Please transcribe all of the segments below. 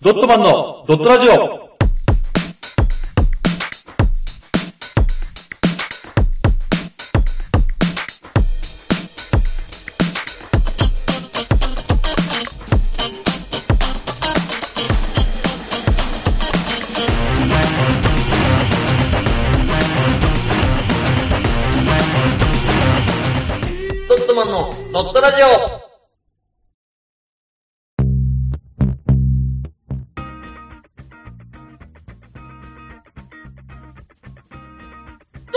ドットマンのドットラジオドットマンのドットラジオドッ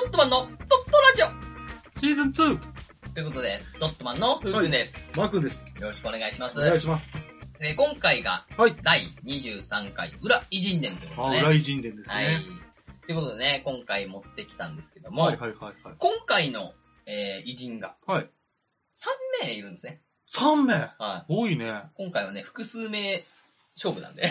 トマンのドットラジオシーズン 2! ということで、ドットマンのふうくんです、マー君です。よろしくお願いします。お願いします。えー今回がはい。第23回裏偉人伝ということあ、でね。雷神伝ですはいね。。ということでね、今回持ってきたんですけども、はい、はい、はい、はい。今回の、えー偉人がはい。 3名いるんですね。 3名はい。多いね。今回はね、複数名勝負なんで。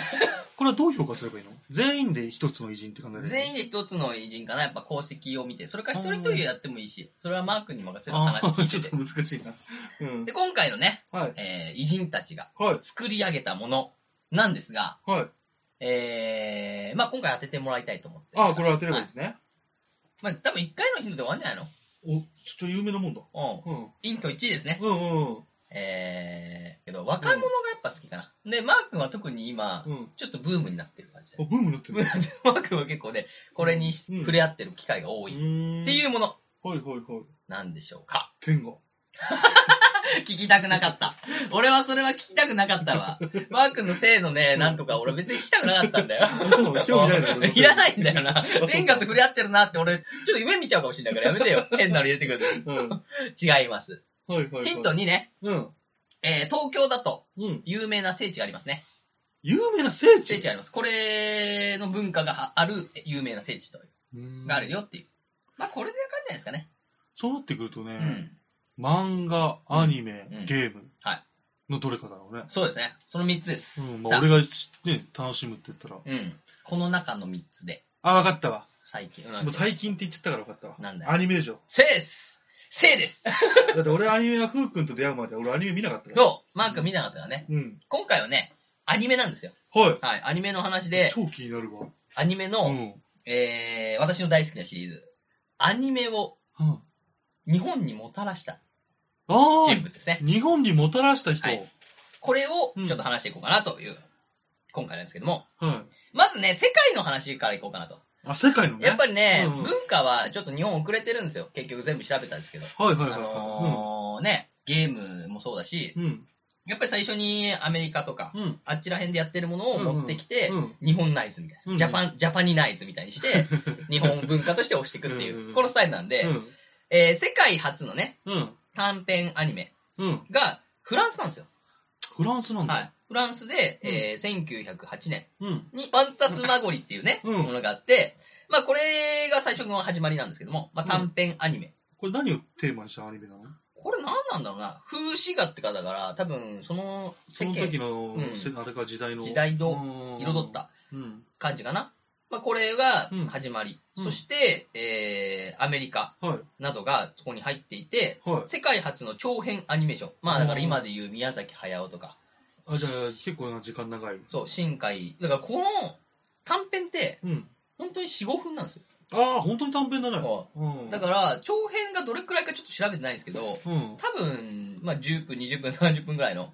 これはどう評価すればいいの全員で一つの偉人って考える全員で一つの偉人かな、やっぱ功績を見て、それから一人一人やってもいいし、それはマー君に任せるあ話ー聞ちょいってとて。難しいな。うんで、。今回のね、はい。えー偉人たちがはい。作り上げたものなんですが、はい。えー、まあ今回当ててもらいたいと思って。あーこれ当てればいいはですね。まあ多分1回のヒントで終わんじゃないお、ちょ、有名なもんだ。のうん。うん。ヒント1位ですね。うんうんえー、けど若者がやっぱ好きかな。で、マー君は特に今、うん。うん。ちょっとブームになってる感じだあ、ね。ブームになってる。 マー君は結構ね、これにしうん触れ合ってる機会が多い。っていいううもの、ーん。はい、はい、はい。なんでしょうか 天が。聞きたくなかった。俺はそれは聞きたくなかった わ。マー君のせいのね、なんとか俺別に聞きたくなかったんだよ。あそうなの 興味ないの俺のせいいらないんだよなそう。天下と触れ合ってるなって俺、ちょっと夢見ちゃうかもしれないからやめてよ。変なの入れてくる。うん。はい、違います。はい、はい。ヒント2ね。うん。えー、東京だとうん。有名な聖地がありますね。有名な聖聖地地があります。これの文化があある有名な聖地というがある。うよんっていう。まあこれでわかんないですかね。そうなってくるとね、うん。漫画、うんアニメ、うんゲームはいのどれかだろうね。そうですね。その3つです。うん、まあさあ俺が知って楽しむって言ったら。うん。この中の3つで、あ、わかったわ。最近。もう最近って言っちゃったからわかったわ。なんだよアニメでしょ。せいですせいですだって俺アニメはふうくんと出会うまで俺アニメ見なかったから。のマーク見なかったからね。うん。今回はね、アニメなんですよ。ははい、アニメの話いで。、超気になるわ。アニメの、うん。えー、私の大好きなシリーズ、アニメをうん日本にもたらしたあ人あ物ですね。日本にもたらした人。ははいい。これをうんちょっと話していこうかなという、今回なんですけども、まずね、世界の話からいこうかなと。あ、世界のね。やっぱりね、うん文化はちょっと日本遅れてるんですよ。結局全部調べたんですけど。はいはあいはいはのーね、ゲームもそうだしい。、うん。やっぱり最初にアメリカとか、うん。あっちら辺でやってるものを持ってきて、うんうん日本ナイズみたいな、うんジャパン、ジャパニナイズみたいに して、日本文化として押していくっていうう、んこのスタイルなんで、うん。えー世界初のね、うん。短編アニメうん。がフランスなんですよ。フランスなんだ。はい。フランスで、えー1908年うん。にファンタスマゴリっていうね、うんものがあって、まあこれが最初の始まりなんですけども、まあ短編アニメ。これ何をテーマにしたアニメなのこれ何なんだろうな風刺画って方だから、多分そのそ世の時間のうん、せあれか時代の。時代の彩っ。たうん。感じかな。まあ、これが始まり。うんそして、えー、アメリカはい。などがそこに入っていて、はい。世界初の長編アニメーション。まあ、だから今で言う宮崎駿とか、あ、じゃあ、結構な時間長い。そう、新海。だからこの短編って、うん。本当に4、5分なんですよ。ああ、本当に短編だね。そうん。うだから、長編がどれくらいかちょっと調べてないんですけど、ら、う多ん。分、まあ、10分、20分、30分ぐら いの、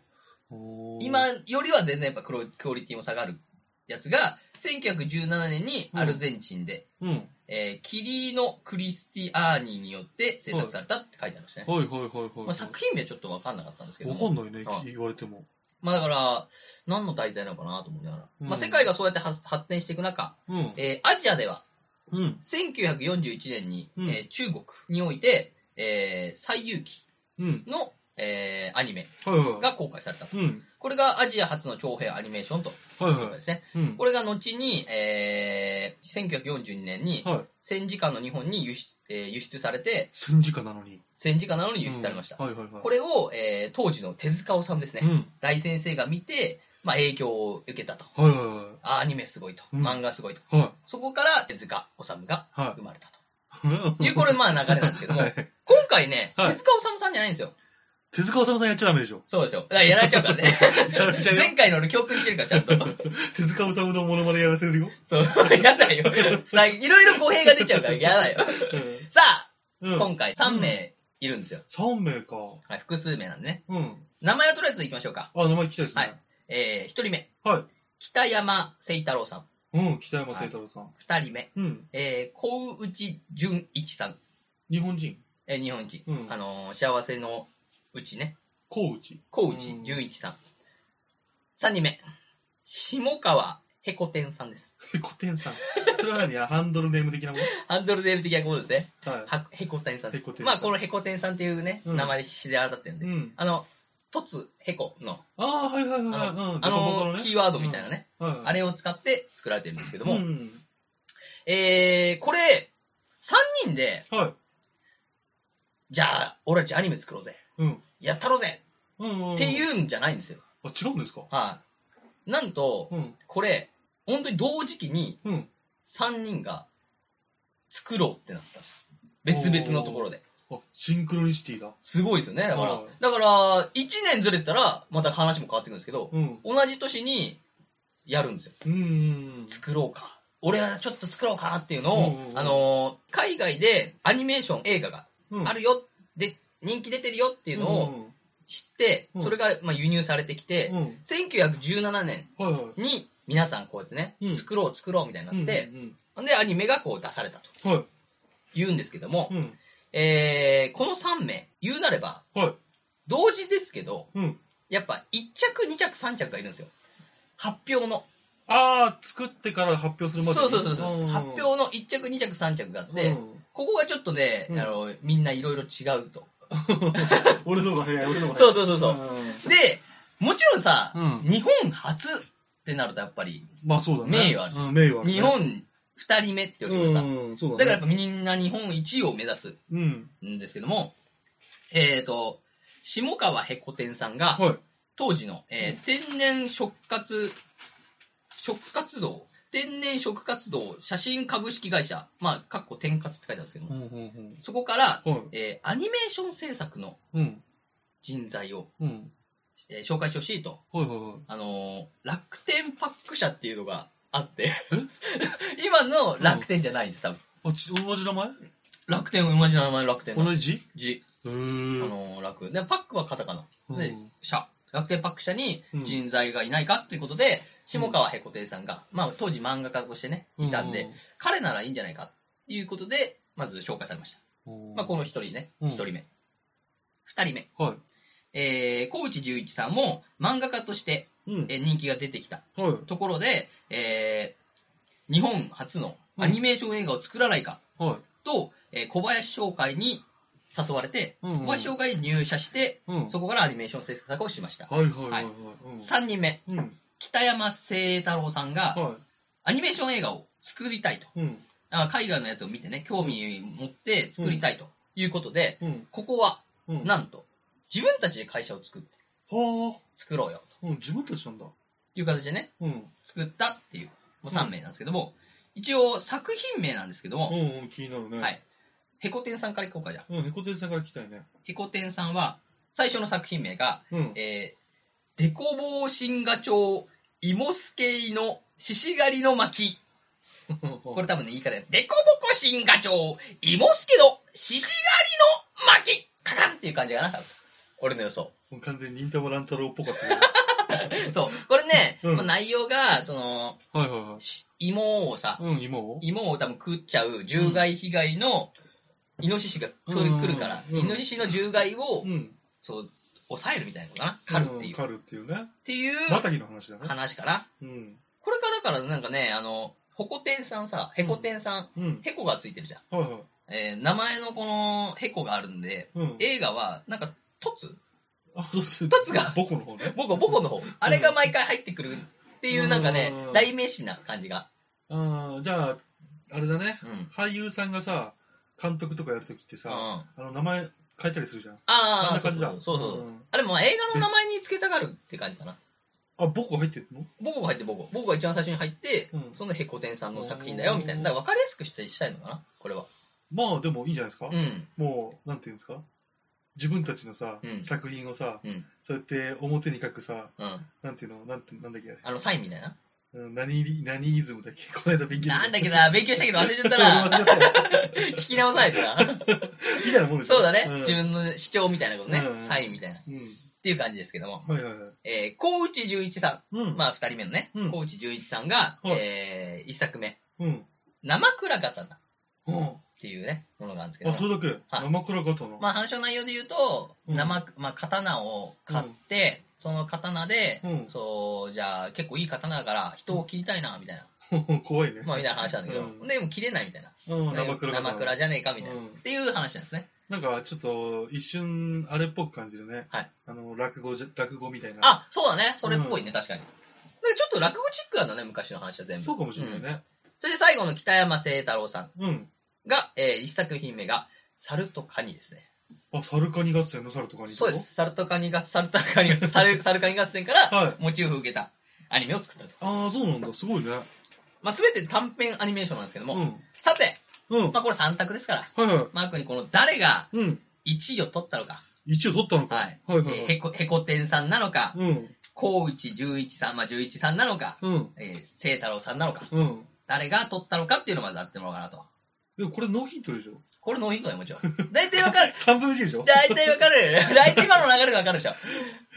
おー今、よりは全然やっぱクロクオリティも下がるやつが、1917年にアルゼンチンでうん。はいえーキリノ・クリスティアーニによって制作されたって書いてありましたね。はいはいはい。まあ、作品名はちょっと分かんなかったんですけどわも、かんないねあ、言われても。まあだから、何の題材なのかなと思いながら、うんまあ、世界がそうやって発発展していく中、うん。えーアジアではうん。 1941年に、うんえー中国において、えー最有機うん。の、えーアニメはいはいはが公開されたとい。うん。これがアジア初の長編アニメーションというはいことはですね。い。うん。これが後に、えー、1942年にはい。戦時下の日本に輸出,、えー輸出されて、戦時下なのに。戦時下なのに輸出されました。うんはいはいはい。これれを、えー当時の手塚治虫ですね、うん。大先生が見て、まあ、影響を受けたと。はいはあアニメすごいと。うん漫画すごいと。いはい。そこから手塚治虫がは生まれたと。い。 いう、これ、まあ流れなんですけども、は今い。回ね、はい手塚治虫さんじゃないんですよ。手塚治虫さんやっちゃダメでしょ。そうでしょ。だからやられちゃう からね。やられちゃうよ前回の俺教訓にしてるから、ちゃんと。 手塚治虫のモノマネやらせるよ。そう、やだよ。さ、いろいろ語弊が出ちゃうから、やだよ。さあ、うん。今回3名いるんですよ。 3名か。はい、複数名なんでね。うん。名前をとりあえず行きましょうか。あ、名前聞きたいですね。えー、1人目。はい。北山聖太郎さん。うん、北山聖太郎さん。 2人目。うん。えー、小内淳一さん。日本人。えー、日本人。うんあのー幸せのうちね。高 内。小う内ん淳一さん。3人目。下川へこてんさんです。コテ ンさん。それは何や、ハンドルネーム的なものハンドルネーム的なことですね。ははへこてんさんでへこてす。んさまんあ、このへこてんさんっていうね、うん名前で必死で改ってるんい。で。うん。あの、とつへこの、ああ、はいはいはいはい。あうん。あの、キーワードみたいなね。ね、はいあれを使って作られてるんですけども、うん。えー、これ、3人で、はい。じゃあ、俺たちアニメ作ろうぜ。うん。やったろうぜうんうん。ってうん。いうんじゃないんですよ。あ、違うんですかはい。なんと、うん。これ、本当に同時期にうん。 3人が作ろうってなったんですよ。別々のところで。あ、シンクロニシティだ。すごいですよね。だから、はいだから、1年ずれたら、また話も変わってくるんですけど、うん。同じ年にやるんですよ。うんうん。作ろうか俺はちょっと作ろうかっていうのを、うんうんうんあのー海外でアニメーション映画がうん。あっるよ、で人気出てるよってていうのをを。知って、うんそれがまあ輸入されてきて、うん。 1917年はいはい。に皆さんこうやってね、うん作ろう作ろうみたいになって、うんでアニメがこう出されたとうん、はい。言うんですけども、うん。えーこの3名言うなればはい。同時ですけどうん。やっぱ1着2着3着がいるんですよ発表のああ、作ってから発表するまで。そうそうそうそう、ん発表の1着2着3着があって、うんここがちょっとね、うんあのみんないろいろ違うと。俺の方が 早い、俺の方が早そうい。そうそうそう。で、もちろんさ、うん日本初ってなるとやっぱり、まあそうだね。名誉あるうん名誉あるね。日本2人目ってよりもさ、うん、そうだかだね。らやっぱみんな日本1位を目指すうん。んですけども、えっ、と、下川へこてんさんが、はい。当時の、えー天然食活、食活動、天然食活動写真株式会社、まあ、かっこ天活って書いてあるんですけども、うんうんそこから、うん。はい。えーアニメーション制作のうん。人材をうん。えー紹介してほしいと、はいはいはい。あのー楽天パック社っていうのがあって、 今の楽天じゃないんです、多分。あ、ち同じ名前楽天、同じ名前楽天の同じ字字、へあーのー楽。で、パックはカタカナ。でうん、社。楽天パック社にうん人材がいないかっていうことで、下川へこてんさんが、まあ当時漫画家としてね、いたんで、彼ならいいんじゃないかっていうことで、まず紹介されました。うん、まあこの一人ね、うん一人目。二人目。はえー、小内十一さんも漫画家としてい。うん。えー人気が出てきたはい。ところで、えー日本初のアニメーション映画を作らないかはい。と、えー小林商会に誘われて、うんうん小林商会に入社して、うん。そこからアニメーション制作をしました。はいはいはいはい。 3人目、うん。うん。北山清太郎さんがはアニメーション映画を作りたいと。い。うん。あ海外のやつを見てね、興味持って作りたいということで、うん。ここは、うん。はなんと、自分たちで会社を作って、あ。作ろうよ、うん、自分たちなんだ。という形でね、うん。作ったっていう、もう3名なんですけども、一応作品名なんですけどうも、んうん、気になるね。はい。へこてんさんからいこうか、じゃあ。うん、猫亭さんから聞きたいね。へこてんさんは、最初の作品名が、うん。 えー、デコボウ神ガ町芋助いの獅子狩りの巻。ここれ多分ね、言い方で、デコボコ神ガ町芋助の獅子狩りの巻。カカンっていう感じかな、多分。俺の予想。れ、完全に忍たま乱太郎っぽかったけど。そう。これね、うんまあ内容が、その、はいはいはし芋をさ、い。うん、今を芋を多分食っちゃう獣害被害のイノシシがそれ来るから、うんイノシシの獣害を、うん。そう抑えるみたいなことかな狩るっていう、んっ狩るっていうね。ていうまたぎの話だね。話かなうん。これかだからなんかねあのホコ天さんさヘコ天さん、うん。ヘコがついてるじゃん、はいはい。えー名前のこのヘコがあるんでうん。映画はなんかトツあ、そうす一つが僕の方ね。ボコボコの方あれが毎回入ってくるっていうなんかねうん代名詞な感じがあーじゃあ、あれだね。うん、うん、俳優さんがさ、監督とかやるときってさ、ああの、名前変えたりするじゃん。あんあなそう感じそだ。うそうそう、んあれも映画の名前に付けたがるって感じかなあ、僕入ってるのボコが入ってボコ。ボコが一番最初に入って、うんそのヘコテンさんの作品だよ、みたいな。だから分かりやすくしてしたいのかなこれは。まあ、でもいいんじゃないですかうん。もう、なんていうんですか自分たちのさ、うん作品をさ、うんそうやって表に書くさ、うん。なんていうの、なんて、なんだっけあれあの、サインみたいな。うん何、何イズムだっけ この間勉強なんだっけけな、勉強したけど忘れちゃった 忘な。れちゃったよ聞き直さないとな。みたいなもんですよそうだね。ん自分の主張みたいなことねうんう。んサインみたいな。っうていう感じですけども。ん。はいはいはい。えー、高内十一さうんん。。まあ、二人目のね。うん高内十一さんが、はいえー、一作目。うん。生倉刀っうていうね、ものがあるんですけん。どあ、そも。れだけ。はい生倉刀の。まあ、話の内容で言うと、うん生、まあ、刀を買って、その刀で、うんそう、じゃあ、結構いい刀だから、人を切りたいな、みたいな。 怖いね。まあ、みたいな話なんだけど、うんでも切れないみたいな。うん、生倉刀。生倉じゃねえか、みたいな。うんっていう話なんですね。なんかちょっと一瞬あれっぽく感じるね。はい。あの、落語じゃ、落語みたいな。あ、そうだね。それっぽいね、確かに。だからちょっと落語チックなんだね、昔の話は全部。そうかもしれないね。そして最後の北山清太郎さんうん。が、えー一作品目が、猿とカニですね。あ、サルカニ合戦の猿とカニってこそとうで。す。猿とカニが、猿とカニが、 猿猿カニ合戦から、はい。モチーフを受けたアニメを作ったと。ああ、そうなんだ。すごいね。まあ、すべて短編アニメーションなんですけども、うん。さて、うん。まあ、これ3択ですから、はいはマー君にこの誰がい。うん。 1位を取ったのか、一応取ったのか。はい。はいえはいーはい。へこ、へこてんさんなのか、うん。高内十一さん、まあ、十一さんなのか、うん。えー、清太郎さんなのか、うん。誰が取ったのかっていうのをまずあってもらおうかなと。でもこれノーヒントでしょこれノーヒントだよ、もちろ ん。大体わかる。 ?3 分の1でしょ大体わかる。 大体今の流れでわかるでしょ。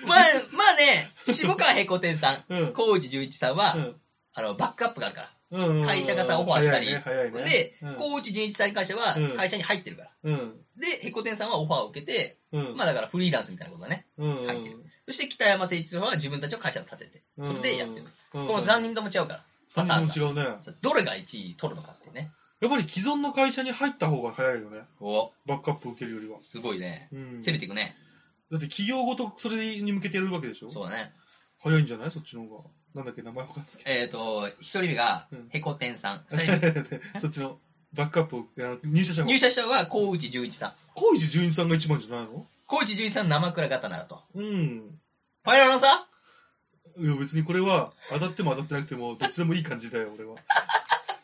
まあ、まあね、下川へこてんさん、うん。高内十一さんは、うんあの、バックアップがあるから。うんうん会社がさオファーしたり早いね早いね。で、うん高内純一さんに関してはう、ん会社に入ってるから。うん。で、へこてんさんはオファーを受けて、うん。まあだからフリーランスみたいなことだね。うんうん、書いてるそして北山誠一さんは自分たちの会社を立てて、それでやってる。うんうん。この3人とも違うから。パターン3が人も違うね。やっそうどれが1位取るのかっていうね。ぱり既存の会社に入った方が早いよね。おバックアップ受けるよりは。すごいね。うん。攻めていくね。だって企業ごとそれに向けてやるわけでしょそうだね。早いんじゃないそっちの方が。なんだっけ、名前わかんないえっと、1人目がうんへこてん さん。あ二人目そっちのバックアップを、あの入社者入も。社したのは高内純一さん。高市純一さんが一番じゃないの高内純一さん生倉刀だと。うん。ファイナルアナウンサーいや別にこれは当たっても当たってなくてもどっちでもいい感じだよ俺は。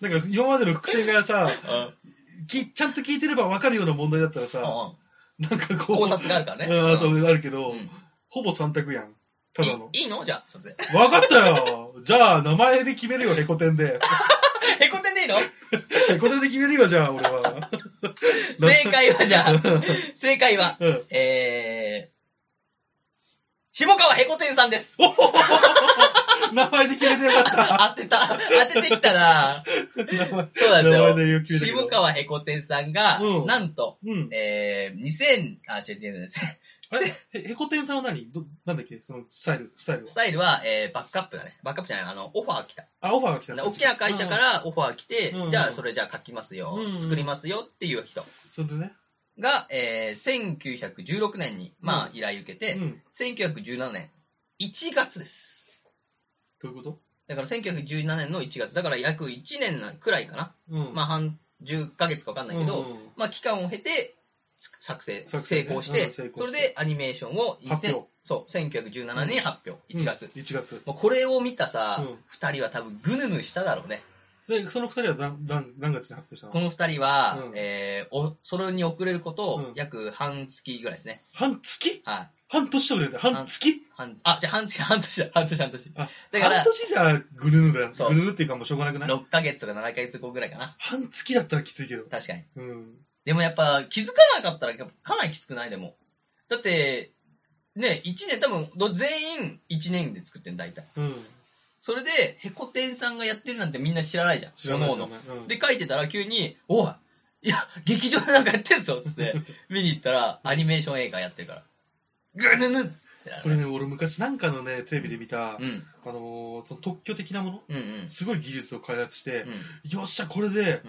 なんか今までの癖がさき、ちゃんと聞いてれば分かるような問題だったらさ、うんうんなんかこう。考察があるからね。うん、そううあるけど、んうんほぼ3択やん。ただの。いいいのじゃあ、それ で。分かったよじゃあ名前で決めるよ、ヘコテンで。へこてんでいいのヘコテンで決めるよ、じゃあ俺は。正解はじ ゃあ、正解は、うん。えー、下川へこてんさんです。名前で決めてよかった。当てた、当ててきたな名前そうなん名前で言でう聞いすたけよ。ど下川へこてんさんが、うんなんと、 うん。えー、2000、あ、違う違う違う、スあれへヘコテンさんは何どなんだっけそのスタイル、スタイルは。タイルは、えー、バックアップだね。バックアップじゃない、あの、オファー来た。あ、オファーが来た大きな会社か。あらオファー来て、うんじゃあそれじゃあ書きますよ、うん作りますよっていう人それでね。が、えー、1916年に、まあ、依頼受けて、うん。 1917年1月です。どういうことだから1917年の1月、だから約1年なくらいかな、うん。まあ半10ヶ月か分かんないけど、うんうんまあ期間を経てつ作成、作成成ね功して、うん成功してそれでアニメーションを発1000表そう、1917年に発表、1月。うん1月。もうこれを見たさ、うん2人は多分ぐぬぬしただろうね。それその二人は何何何月に発表したこのの2人は、うんえーおそれに遅れることうをん約半月ぐらいですね。半月はい。半年とかで半月半あ、じゃあ半月、 半年だ、半年、半年。あだから半、年じゃぐるぬだよ。そうぐるぬっていうかもうしょうがなくない6ヶ月とか7ヶ月後ぐらいかな。半月だったらきついけど。確かに。うん。でもやっぱ気づかなかったらやっぱかなりきつくないでも。だって、ね、1年多分ど全員1年で作ってん大体。うん。それで、ヘコテンさんがやってるなんてみんな知らないじゃん。知らないお知のらおのないうんで、書いてたら急に、おいいや、劇場でなんかやってんぞっつっ て、見に行ったら、アニメーション映画やってるから。ぐぬぬってなるこれね。ね、俺昔なんかのね、テレビで見た、うん、あのーその特許的なものうん、うん。すごい技術を開発して、うよっしゃ、これで、ん、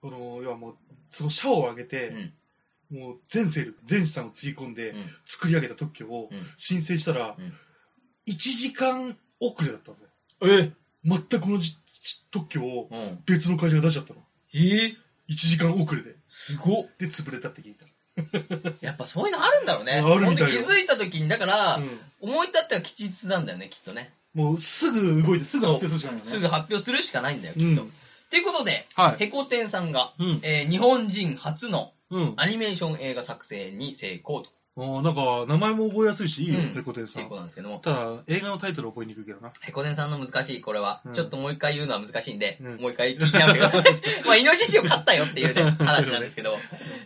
この、要はもう、その社を挙げうて、ん、もう全勢力、全資産をつぎ込んでうん、作り上げた特許をうん申請したらうん、 1時間遅れだったんだよ。え全く同じ特許をうん。 別の会社が出しちゃったの。えー、 1時間遅れで。すごっで、潰れたって聞いた。やっぱそういうのあるんだろうね。あるほんみたいよと気づいた時に、だから、うん思い立ったら吉日なんだよね、きっとね。もうすぐ動いて、すぐ発表するしかないよね。すぐ発表するしかないんだよ、きっと。うっん。ていうことで、はい。ヘコテンさんが、うん。えー日本人初のうん。アニメーション映画作成に成功とおなんか、名前も覚えやすいし、いいよ、うんペコテンさ結ん。構なんですけども、ただ、映画のタイトル覚えにくいけどな。ヘコデンさんの難しい、これは、うんちょっともう一回言うのは難しいんで、うんもう一回聞き直してくだ さい。まあ、イノシシを飼ったよっていうね、話なんですけど。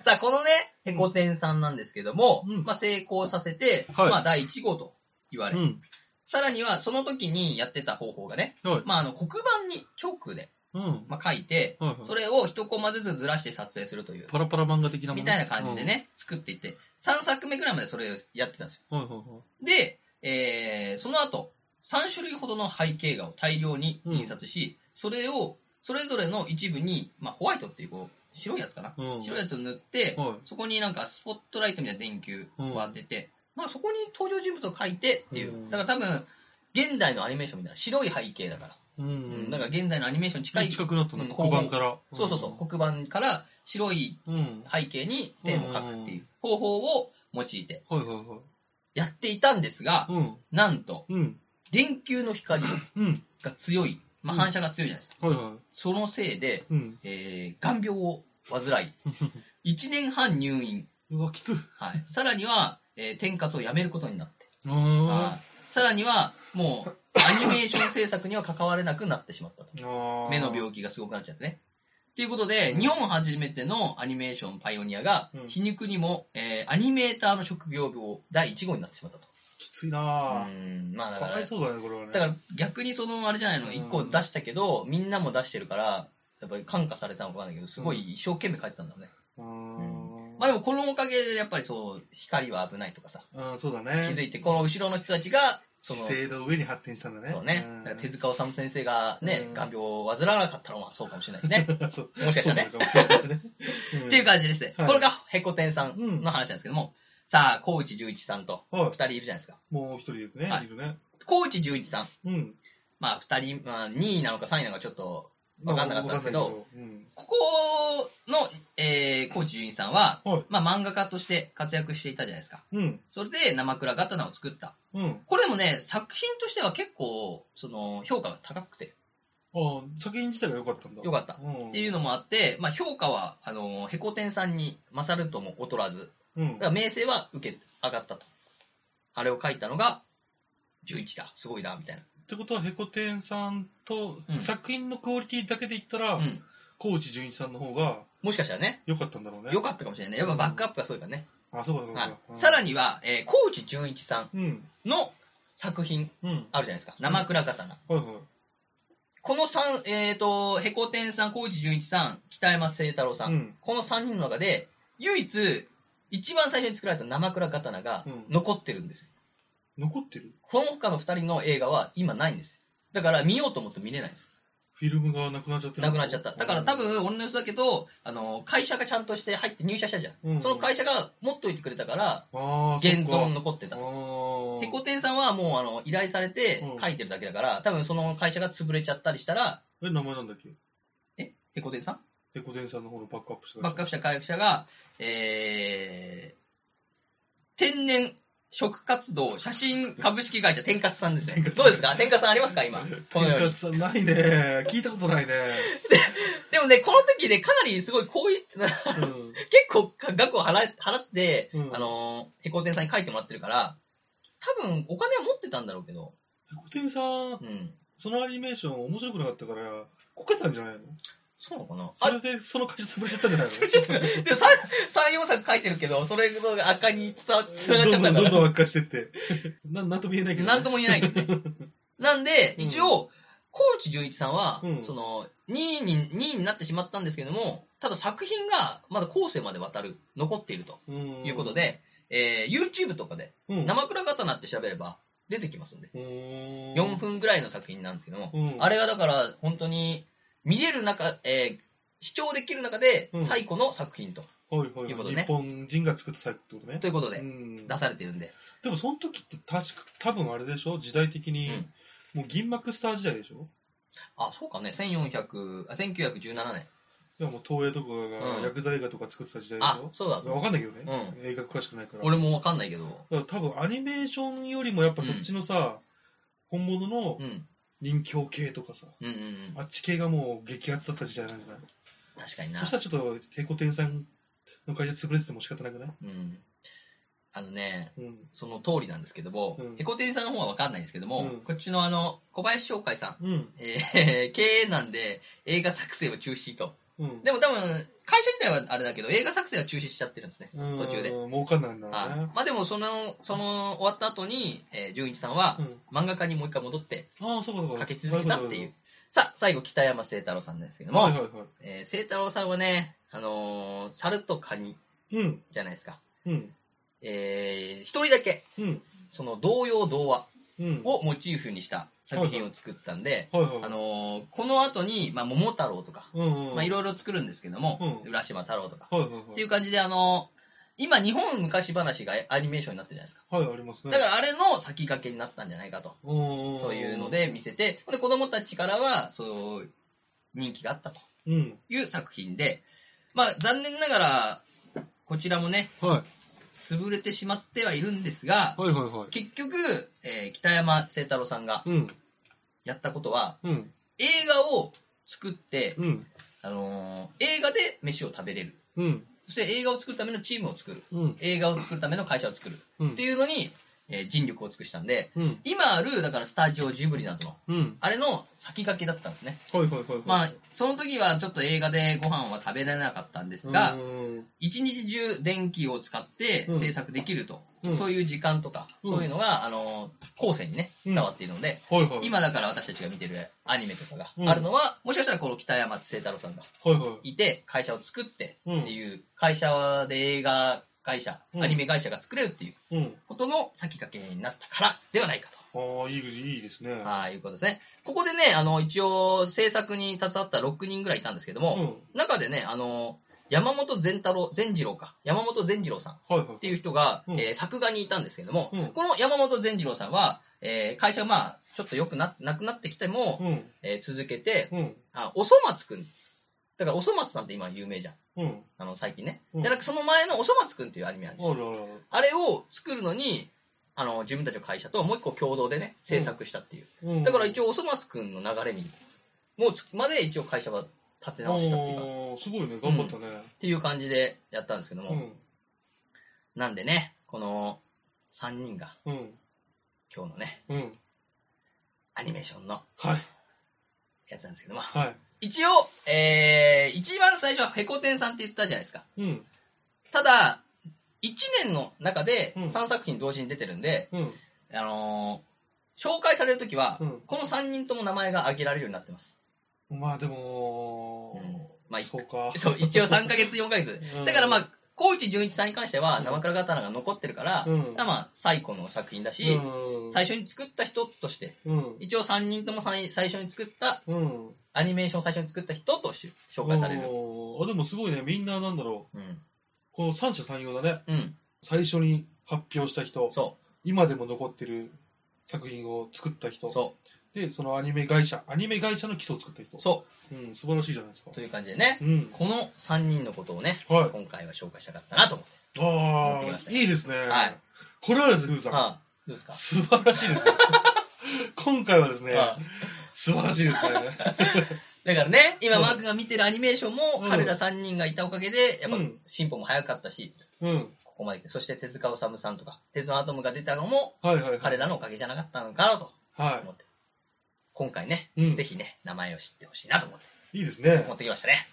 さあ、このね、ヘコテンさんなんですけども、うんまあ、成功させて、はいまあ、第1号と言われ、うん。さらには、その時にやってた方法がね、はい。まあ、あの、黒板にチョークで、うん。はいまあ、書いて、はい。それを一コマずつずらして撮影するという、パラパラ漫画的なものみたいな感じで。ね、作っていって、3作目ぐらいまでそれをやってたんですよ。うんはいはいはい。で、えーその後、3種類ほどの背景画を大量に印刷し、それを、それぞれの一部に、まあ、ホワイトっていう、こう、白いやつかな。うん白いやつを塗って、はそこになんかスポットライトみたいな電球を当てて、まあ、そこに登場人物を描いてっていう。うんだから多分、現代のアニメーションみたいな白い背景だから。い。うん。だから現代のアニメーションに近い。近くなったうな、ん黒板から。そうそうそう、黒板から白いうん。うん。背景にペンを描くっていう方法を用いてはいはいはやっていたんですが、い。うん。なんと、うん。電球の光うん。が強い、まあ、うん反射が強いじゃないですか。はいはそのせいで、い。うん。えー、眼病を患 い、1年半入院。うわ、きつい。はい。さらには、えー、転活をやめることになって。はあいさらには、もう、アニメーション制作には関われなくなってしまったと。ーあー。目の病気がすごくなっちゃってね。ということで、日本初めてのアニメーションパイオニアがう、ん皮肉にも、えー、アニメーターの職業病第1号になってしまったと。きついなうぁ。ん、まあだかからわい、そうだね、これはね。だから逆にそのあれじゃないのうん1個出したけどみんなも出してるからやっぱり感化されたのかわかんないけどすごい一生懸命書いてたんだろうね、うーん。まあでもこのおかげでやっぱりそう光は危ないとかさうん、そうだ気ね。づいてこの後ろの人たちがその姿勢の上に発展したんだね。そうねんだから手塚治虫先生がねうん眼病を患わなかったらまあそうかもしれないね そうもしかしたらねそうなのかもしれないね。っっていう感じですね、はいこれがヘコテンさんの話なんですけども、さあ河内十一さんとは2人いるじゃないですかい。もう一人いるね。はいいるね。河内十一さんうん。まあ2人、まあ、2位なのか3位なのかちょっとわかんなかったんですけどわかんないけど。うんここの、えー、高知純一さんは、はいまあ、漫画家として活躍していたじゃないですか。うん。それで生倉刀を作った。うん。これでもね、作品としては結構、その、評価が高くて、ああ、作品自体が良かったんだ。良かった。うん。っていうのもあって、まあ、評価は、あの、ヘコテンさんに勝るとも劣らず、うんだから名声は受け、上がったと。あれを書いたのが、11だ。すごいな、みたいってことは、ヘコテンさんと、うん作品のクオリティだけで言ったな。ら、うん。高知純一さんの方がもしかしたらね、良かったんだろうね。良かったかもしれないね。やっぱバックアップがそういからね。あ、そうかそうかはそういか。うんさら。には、えー、高知純一さうん。んの作品うん。あるじゃないですか。生倉刀。はいはい。この三、えっ、と、へこてんさん、高知純一さん、北山清太郎さん。うんこの三人の中で、唯一、一番最初に作られた生倉刀がうん残ってるんですよ。残ってるこの他の二人の映画は今ないんですよ。だから見ようと思っても見れないんです。フィルムがなくなっちゃってる。なくなっちゃった。だから多分、俺の様子だけど、あの、会社がちゃんとして入って入社したじゃん。うんその会社が持っといてくれたから、ああ、現存の。残ってたあと。ーへこてんさんはもうあの依頼されてうん書いてるだけだから、多分その会社が潰れちゃったりしたら、え、名前なんだっけえへこてんさんヘコテンさんの方のバックアップしたバックアップした科学者が、えー、天然食活動写真株式会社天活さんですね。どうですか天活さんありますか今。このように天活。さんないね。聞いたこと ないね。でもね、この時ね、かなりすごいこうい結うん構額を払え払って、うんあのー、へこてんさんに書いてもらってるから、多分お金は持ってたんだろうけど、ヘコテンさん、うん。そのアニメーション面白くなかったから、こけたんじゃないのそうなのかなそれでその会社潰れちゃったんじゃないのそれちょっと、でも3、3、4作書いてるけど、それが赤に伝わっつながっちゃどっんたどんかどんら。どん悪化してって。 ななんとも言えないけど、ね。なんとも言えないけ どね。なんで、うん一応、高知純一さんは、うんその、2位に、2位になってしまったんですけども、ただ作品がまだ後世まで渡る、残っているとうんいうこと、で、えー YouTube とかで、うん、生倉刀って調べれば出てきますんで、4 4分ぐらいの作品なんですけども、分あれれがだから、本当に、見れる中、えー視聴できる中でうん最古の作品と。はいはいはいいうことね日本人が作ったサイトってことね。ということでう、ん、出されてるんで。でもその時って確か多分あれでしょ時代的に、うんもう銀幕スター時代でしょあ、そうかね、1400、あ1917年。いやもう東映とかがうん薬剤映画とか作ってた時代でしあょ、、そうだわかんないけどね、う映画詳しくないから俺もわかんないけど。だから多分アニメーションよりもやっぱそっちのさ、本物のうん。人形系とかさ、うんうんうん。あっち系がもう激アツだった時代なんじゃない確かになそし。たらちょっと、ヘコ天さんの会社潰れてても仕方なくないうん。あのね、うん。その通りなんですけども、うんヘコテンさんの方は分かんないんですけども、うんこっちのあの、小林翔海さん、うん。えー 経営難で映画作成を中止と。うん。でも多分、会社自体はあれだけど、映画作成は中止しちゃってるんですね。うん途中で儲かんないんだろうあね。まあでも、その、その終わった後に、えー純一さんはう、ん。漫画家にもう一回戻ってああ、そうかそうか。書き続けたっていうう。さあ、最後、北山聖太郎さんですけども、はいはいはえー聖太郎さんはね、あのー猿とカニい。うん。じゃないですか。うん。えー一人だけ、うん。その童謡童話うん。をモチーフにした作品を作ったんで、はいはい。あのーこの後に、まあ、桃太郎とか、うんうん。まあ、いろいろ作るんですけども、うん浦島太郎とか、はいはいはい。っていう感じで、あのー今、日本昔話がアニメーションになってるじゃないですか。はい、ありますね。だから、あれの先駆けになったんじゃないかと。うん、そういうので見せて、で子供たちからは、そう、人気があったとうん。いう作品で、まあ、残念ながら、こちらもね、はい。潰れてしまってはいるんですが、はいはいは結局、えー北山清太郎さんがい。うん。やったことは、うん。映画を作って、うん。あのー映画で飯を食べれる。うん。そして映画を作るためのチームを作る。うん。映画を作るための会社を作る。うん。っていうのに、えー尽力を尽くしたんで、うん。今ある、だからスタジオジブリなどの、うん。あれの先駆けだったんですね。はいはいはいはい。まあ、その時はちょっと映画でご飯は食べられなかったんですがう、ん、一日中電気を使ってうん制作できると、うんそういう時間とか、うんそういうのが、あの、後世にね、うん伝わっているので、はいはい。今だから私たちが見てるアニメとかがうんあるのは、もしかしたらこの北山清太郎さんがはいはいて、会社を作ってい。うん。っていう、会社で映画会社、うんアニメ会社が作れるっていううん。ことの先駆けになったからではないかと。ああ、いい、いいですね。ああいうことですね。ここでね、あの、一応、制作に携わった6人ぐらいいたんですけども、うん。中でね、あの、山本善太郎、善次郎か、山本善次郎さんっはいはい。ていう人が、うんえー作画にいたんですけども、うんこの山本善次郎さんは、えー会社がまあ、ちょっと良くな、なくなってきても、うん。えー続けて、うん。あ、おそ松くん。だから、おそ松さんって今有名じゃん。うん。あの、最近ね。うんじゃなく、その前のおそ松くんっていうアニメあるじゃんあららら。あれを作るのに、あの、自分たちの会社ともう一個共同でね、制作したっていう。うん。だから応一応、おそ松くんの流れに、もうつまで一応会社が立て直したっていうか、っああ、すごいね。頑張ったね。ていう感じでやったんですけども、うなんでね、この3人がん。うん。今日のね、うん。アニメーションのはい。やつなんですけども、は一応、えー、一番最初はヘコテンさんって言ったじゃないですか。い。うん。ただ、1年の中でうん3作品同時に出てるんで、うん。あのー紹介されるときは、うんこの3人とも名前が挙げられるようになってます。まあでも、まあ、いそうか。そう、一応3ヶ月、4ヶ月。だからまあ、高内純一さんに関しては、うん生倉刀が残ってるから、うまんあ、最古の作品だし、うん、最初に作った人として、うん。一応3人とも最最初に作った、うん。アニメーションを最初に作った人とし紹介される。おーあでもすごいね、みんななんだろう、うん。この三者三様だね。うん。最初に発表した人、そ今でも残ってる作品を作った人う、、そで、そのアニメ会社、アニメ会社の基礎を作った人う、。そうん、素晴らしいじゃないですかう、。という感じでね、うん。この3人のことをね、はい。今回は紹介したかったなと思って。持っあてきましたあ、いいですね。はいこれはですね、ふうさん。ああどうですか素晴らし いですね。今回はですね、ああ素晴らしいですね。だからね、今うんマークが見てるアニメーションもうん彼ら3人がいたおかげで、やっぱうん進歩も早かったし、うん。ここまで来て、そして手塚治虫さんとか、鉄腕アトムが出たのもはいはいはい。彼らのおかげじゃなかったのかなとは思って、今回ね、い。うんぜ。ひね、名前を知ってほしいなと思って、いいですね持。ってきましたね。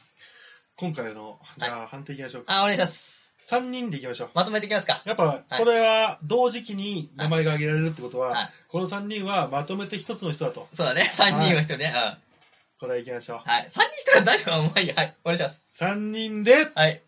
今回の、じゃあ判定いきましょうか。あ、お願いします。 3人でいきましょう。まとめていきますか。やっぱ、はいこれは同時期に名前が挙げられるってことは、はいこの3人はまとめて一つの人だと。そうだね、3人は1人ね。うんこれはいきましょう。はい。3人1人は大丈夫うまいよ。はい。お願いします。 3人で、はい。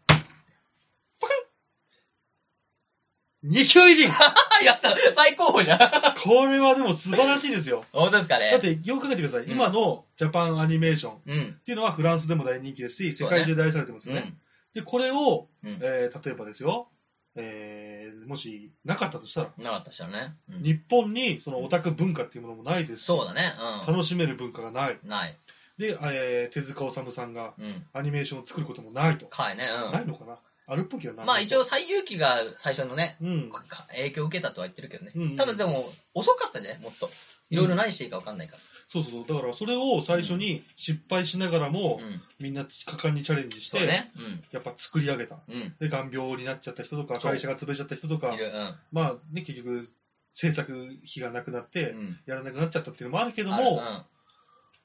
二級偉 人あ、やった最高峰じゃん。これはでも素晴らしいですよ。 本当ですかね。だって、よく考えてください。うん今のジャパンアニメーションっうん。ていうのはフランスでも大人気ですし、そ世うね界中で愛されてますうよね。ん。で、これを、うん。えー例えばですよ、えーもしなかったとしたら、なかったっしたね。うん日本にそのオタク文化っていうものもないですし、そうだね。楽しめる文化がない。うん。ない。で、えー手塚治虫さんがうん。アニメーションを作ることもないと。かいね。ないのかなあるっぽいけどうな。ん。まあ一応、最有機が最初のね、うん。か影響を受けたとは言ってるけどねうんう。んただでも、遅かったね、もっと。いろいろ何していいか分かんないかそうそうそうだからそれを最初に失敗しながらら。もうん。みんな果敢にチャレンジしそて、うね。やっぱ作り上げたうん。うん。で眼病になっちゃった人とかそう会社が潰れちゃった人とかいる。うまあね結局制作費がなくなっん。て、うん。やらなくなっちゃったっていうのもあるけどあるも、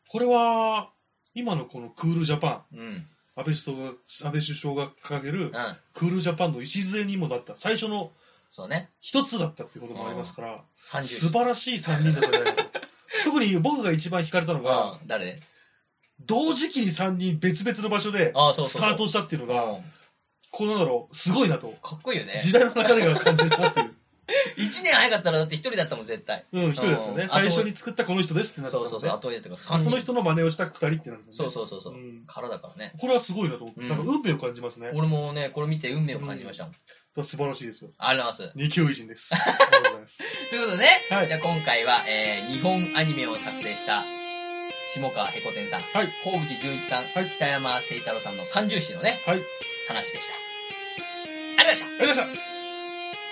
これは今のこのクールジャパうンん。うん。うん。安倍首相が安倍首相が掲げるクールジャパンの礎にもなった最初のそうね。一つだったってこともありますから、素30。晴らしい3人だったじゃないか と特に僕が一番惹かれたのが、うん誰同時期に3人別々の場所でああ、そうそうそう。スタートしたっていうのがうんこのなんだろうすごいなとかっこいいよね。時代の流れが感じるなっていう一年早かったらだって一人だったもん、絶対。うん一人だったうねん最初に作ったこの人ですってなったそもうんねそうそう、後でとか、あ三そ人の人の真似をした2人ってなるんだねそうそうそうそう。うんからだからね。これはすごいなと思って、うんなんか運命を感じますね。だか俺もね、これ見て運命を感じましたもん。ら素晴らしいですよ。ありがとうございます。二級偉人 です。ありがとうございます。ということでね、はいじゃあ今回は、えー、日本アニメを作成した、下川へこてんさん、はい河口純一さん、はい北山誠太郎さんの三重師のね、はい。あり話でした。ありがとうございましたがとうございました。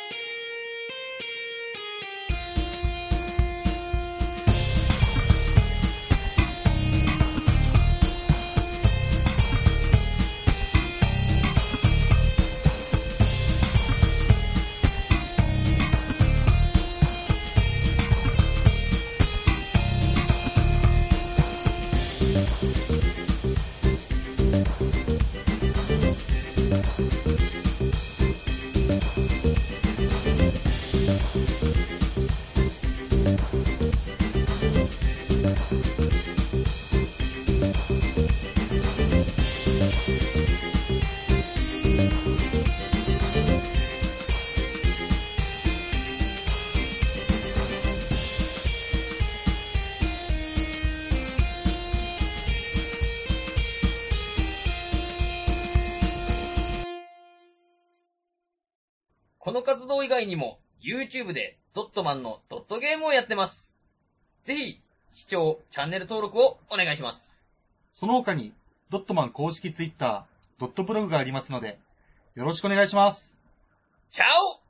この活動以外にも、YouTube でドットマンのドットゲームをやってます。ぜひ、視聴、チャンネル登録をお願いします。その他に、ドットマン公式ツイッター、ドットブログがありますので、よろしくお願いします。チャオ